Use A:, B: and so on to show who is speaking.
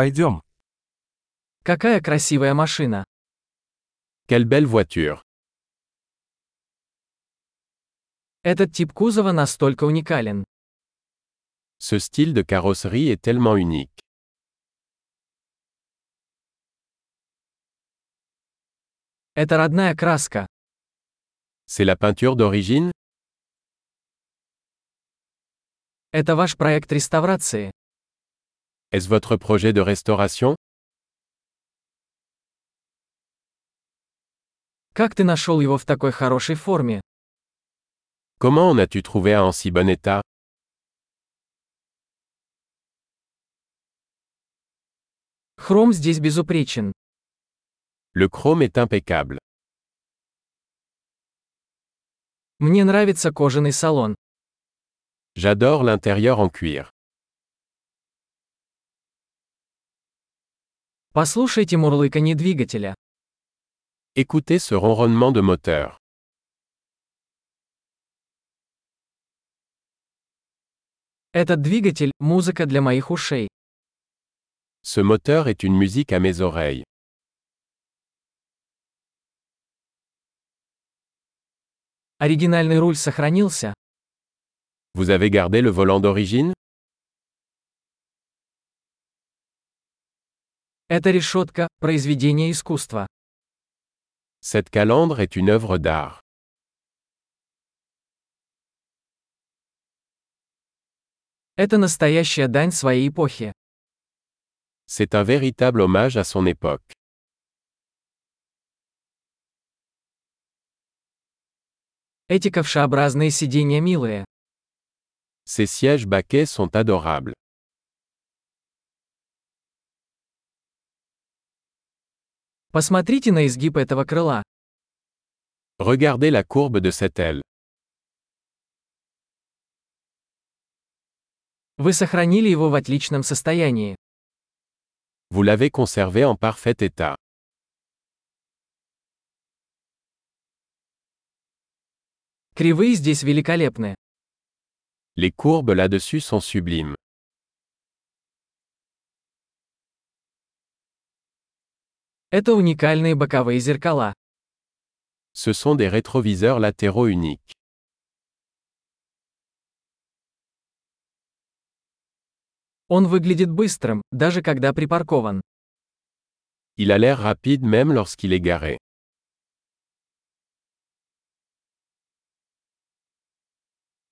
A: Пойдем.
B: Какая красивая машина.
A: Quelle belle voiture.
B: Этот тип кузова настолько уникален.
A: Ce style de carrosserie est tellement unique.
B: Это родная краска.
A: C'est la peinture d'origine
B: Это ваш проект реставрации.
A: Est-ce votre projet de restauration
B: Как ты нашел его в такой хорошей форме?
A: Comment en as-tu trouvé un en si bon état
B: Хром здесь безупречен.
A: Le chrome est impeccable.
B: Мне нравится кожаный салон.
A: J'adore l'intérieur en cuir.
B: Послушайте мурлыканье двигателя.
A: Écoutez ce ronronnement de moteur.
B: Этот двигатель – музыка для моих ушей.
A: Ce moteur est une musique à mes oreilles.
B: Оригинальный руль сохранился.
A: Vous avez gardé le volant d'origine
B: Эта решетка – произведение искусства.
A: Cette calandre est une œuvre d'art.
B: Это настоящая дань своей эпохи.
A: C'est un véritable hommage à son époque.
B: Эти ковшеобразные сиденья милые.
A: Ces sièges baquets sont adorables.
B: Посмотрите на изгиб этого крыла.
A: Regardez la courbe de cette aile.
B: Вы сохранили его в отличном состоянии.
A: Vous l'avez conservé en parfait état.
B: Кривые здесь великолепны.
A: Les courbes là-dessus sont sublimes.
B: Это уникальные боковые зеркала.
A: Ce sont des rétroviseurs latéraux uniques.
B: Он выглядит быстрым, даже когда припаркован.
A: Il a l'air rapide même lorsqu'il est garé.